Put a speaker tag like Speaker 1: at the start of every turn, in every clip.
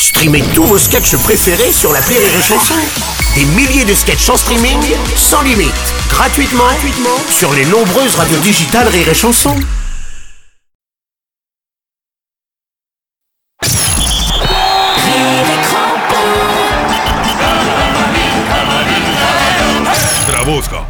Speaker 1: Streamez tous vos sketchs préférés sur la Rire et Chanson. Des milliers de sketchs en streaming, sans limite, gratuitement, gratuitement sur les nombreuses radios digitales Rire et Chanson.
Speaker 2: Bravo, Oscar.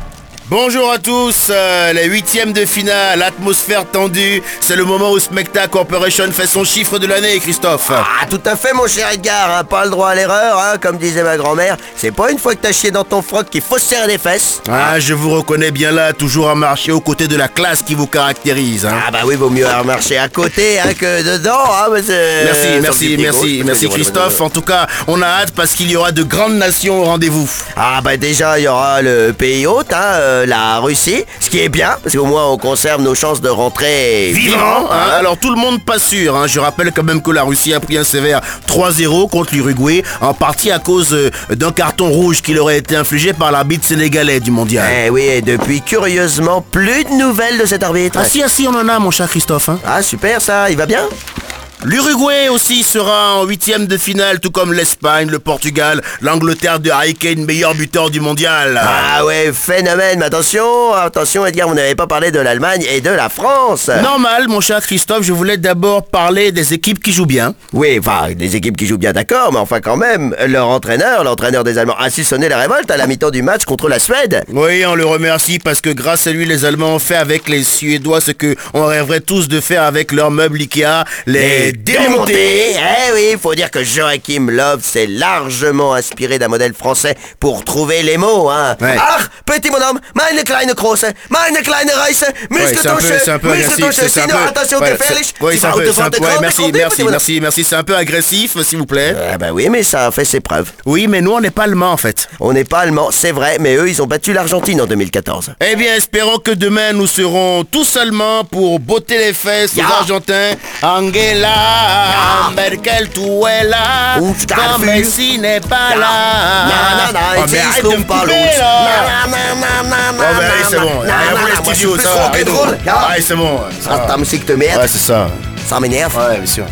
Speaker 3: Bonjour à tous, euh, la huitième de finale, atmosphère tendue, c'est le moment où Smecta Corporation fait son chiffre de l'année, Christophe.
Speaker 4: Ah, tout à fait, mon cher Edgar, hein, pas le droit à l'erreur, hein, comme disait ma grand-mère. C'est pas une fois que t'as chié dans ton froc qu'il faut se serrer les fesses.
Speaker 3: Ah, je vous reconnais bien là, toujours à marcher aux côtés de la classe qui vous caractérise. hein.
Speaker 4: Ah, bah oui, vaut mieux marcher à côté hein, que dedans. Hein, parce que-
Speaker 3: Merci,
Speaker 4: Euh, sans
Speaker 3: merci,
Speaker 4: le petit
Speaker 3: merci,
Speaker 4: gros,
Speaker 3: merci
Speaker 4: parce que-
Speaker 3: Christophe. En tout cas, on a hâte parce qu'il y aura de grandes nations au rendez-vous.
Speaker 4: Ah, bah déjà, il y aura le pays hôte, hein, euh, la Russie, ce qui est bien, parce qu'au moins on conserve nos chances de rentrer
Speaker 3: Vivant, hein. Alors tout le monde pas sûr, hein. je rappelle quand même que la Russie a pris un sévère 3-0 contre l'Uruguay, en partie à cause euh, d'un carton rouge qui leur a été infligé par l'arbitre sénégalais du mondial.
Speaker 4: Eh oui, et depuis, curieusement, plus de nouvelles de cet arbitre.
Speaker 3: Ah si, ah si, on en a, mon cher Christophe. hein.
Speaker 4: Ah, super, ça, il va bien
Speaker 3: L'Uruguay aussi sera en huitième de finale, tout comme l'Espagne, le Portugal, l'Angleterre de Harry Kane, meilleur buteur du mondial.
Speaker 4: Ah ouais, phénomène, mais attention, attention Edgar, vous n'avez pas parlé de l'Allemagne et de la France.
Speaker 3: Euh, Normal, mon cher Christophe, je voulais d'abord parler des équipes qui jouent bien.
Speaker 4: Oui, enfin, des équipes qui jouent bien d'accord, mais enfin quand même, leur entraîneur, l'entraîneur des Allemands, a sonné la révolte à la mi-temps du match contre la Suède.
Speaker 3: Oui, on le remercie parce que grâce à lui, les Allemands ont fait avec les Suédois ce que on rêverait tous de faire avec leurs meubles Ikea, les démonter.
Speaker 4: Eh oui, faut dire que Joachim Love s'est largement inspiré d'un modèle français pour trouver les mots, hein.
Speaker 3: Ouais.
Speaker 4: Ah, petit bonhomme, meine kleine Große, meine kleine Reise,
Speaker 3: Ouais, c'est un peu,
Speaker 4: Muskeltosche,
Speaker 3: c'est un peu agressif.
Speaker 4: Muskeltosche,
Speaker 3: c'est- c'est un
Speaker 4: sinon
Speaker 3: peu-
Speaker 4: attention,
Speaker 3: ouais,
Speaker 4: gefährlich,
Speaker 3: c'est- ouais,
Speaker 4: tu
Speaker 3: c'est un
Speaker 4: vas au
Speaker 3: peu- c'est
Speaker 4: devant
Speaker 3: un
Speaker 4: de
Speaker 3: peu- ouais,
Speaker 4: grandes
Speaker 3: Merci,
Speaker 4: rencontres,
Speaker 3: merci,
Speaker 4: petit bonhomme.
Speaker 3: merci, merci. C'est un peu agressif, s'il vous plaît.
Speaker 4: Ah bah oui, mais ça a fait ses preuves.
Speaker 3: Oui, mais nous, on n'est pas allemands, en fait.
Speaker 4: On n'est pas allemand, c'est vrai, mais eux, ils ont battu l'Argentine en 2014.
Speaker 3: Eh bien, espérons que demain nous serons tous allemands pour botter les fesses aux
Speaker 4: Ya.
Speaker 3: Argentins. Angela, Merkel, tu es là.
Speaker 4: Ouf, t'as
Speaker 3: Quand
Speaker 4: vu.
Speaker 3: Messi n'est pas là.
Speaker 4: Na, na, na,
Speaker 3: Ah. Oh, mais
Speaker 4: ils
Speaker 3: arrête
Speaker 4: sont
Speaker 3: de me
Speaker 4: pas
Speaker 3: couper,
Speaker 4: lourds.
Speaker 3: là.
Speaker 4: Na, na, na, na, na,
Speaker 3: Oh, mais allez, c'est
Speaker 4: na,
Speaker 3: bon.
Speaker 4: na,
Speaker 3: Allez,
Speaker 4: na,
Speaker 3: vous
Speaker 4: na,
Speaker 3: les
Speaker 4: moi,
Speaker 3: studios,
Speaker 4: je suis
Speaker 3: ça
Speaker 4: plus
Speaker 3: va.
Speaker 4: rock and roll.
Speaker 3: Allez, c'est bon. ça
Speaker 4: Ah,
Speaker 3: va.
Speaker 4: ta musique de merde,
Speaker 3: Ouais, c'est ça.
Speaker 4: ça m'énerve.
Speaker 3: Ouais, bien sûr.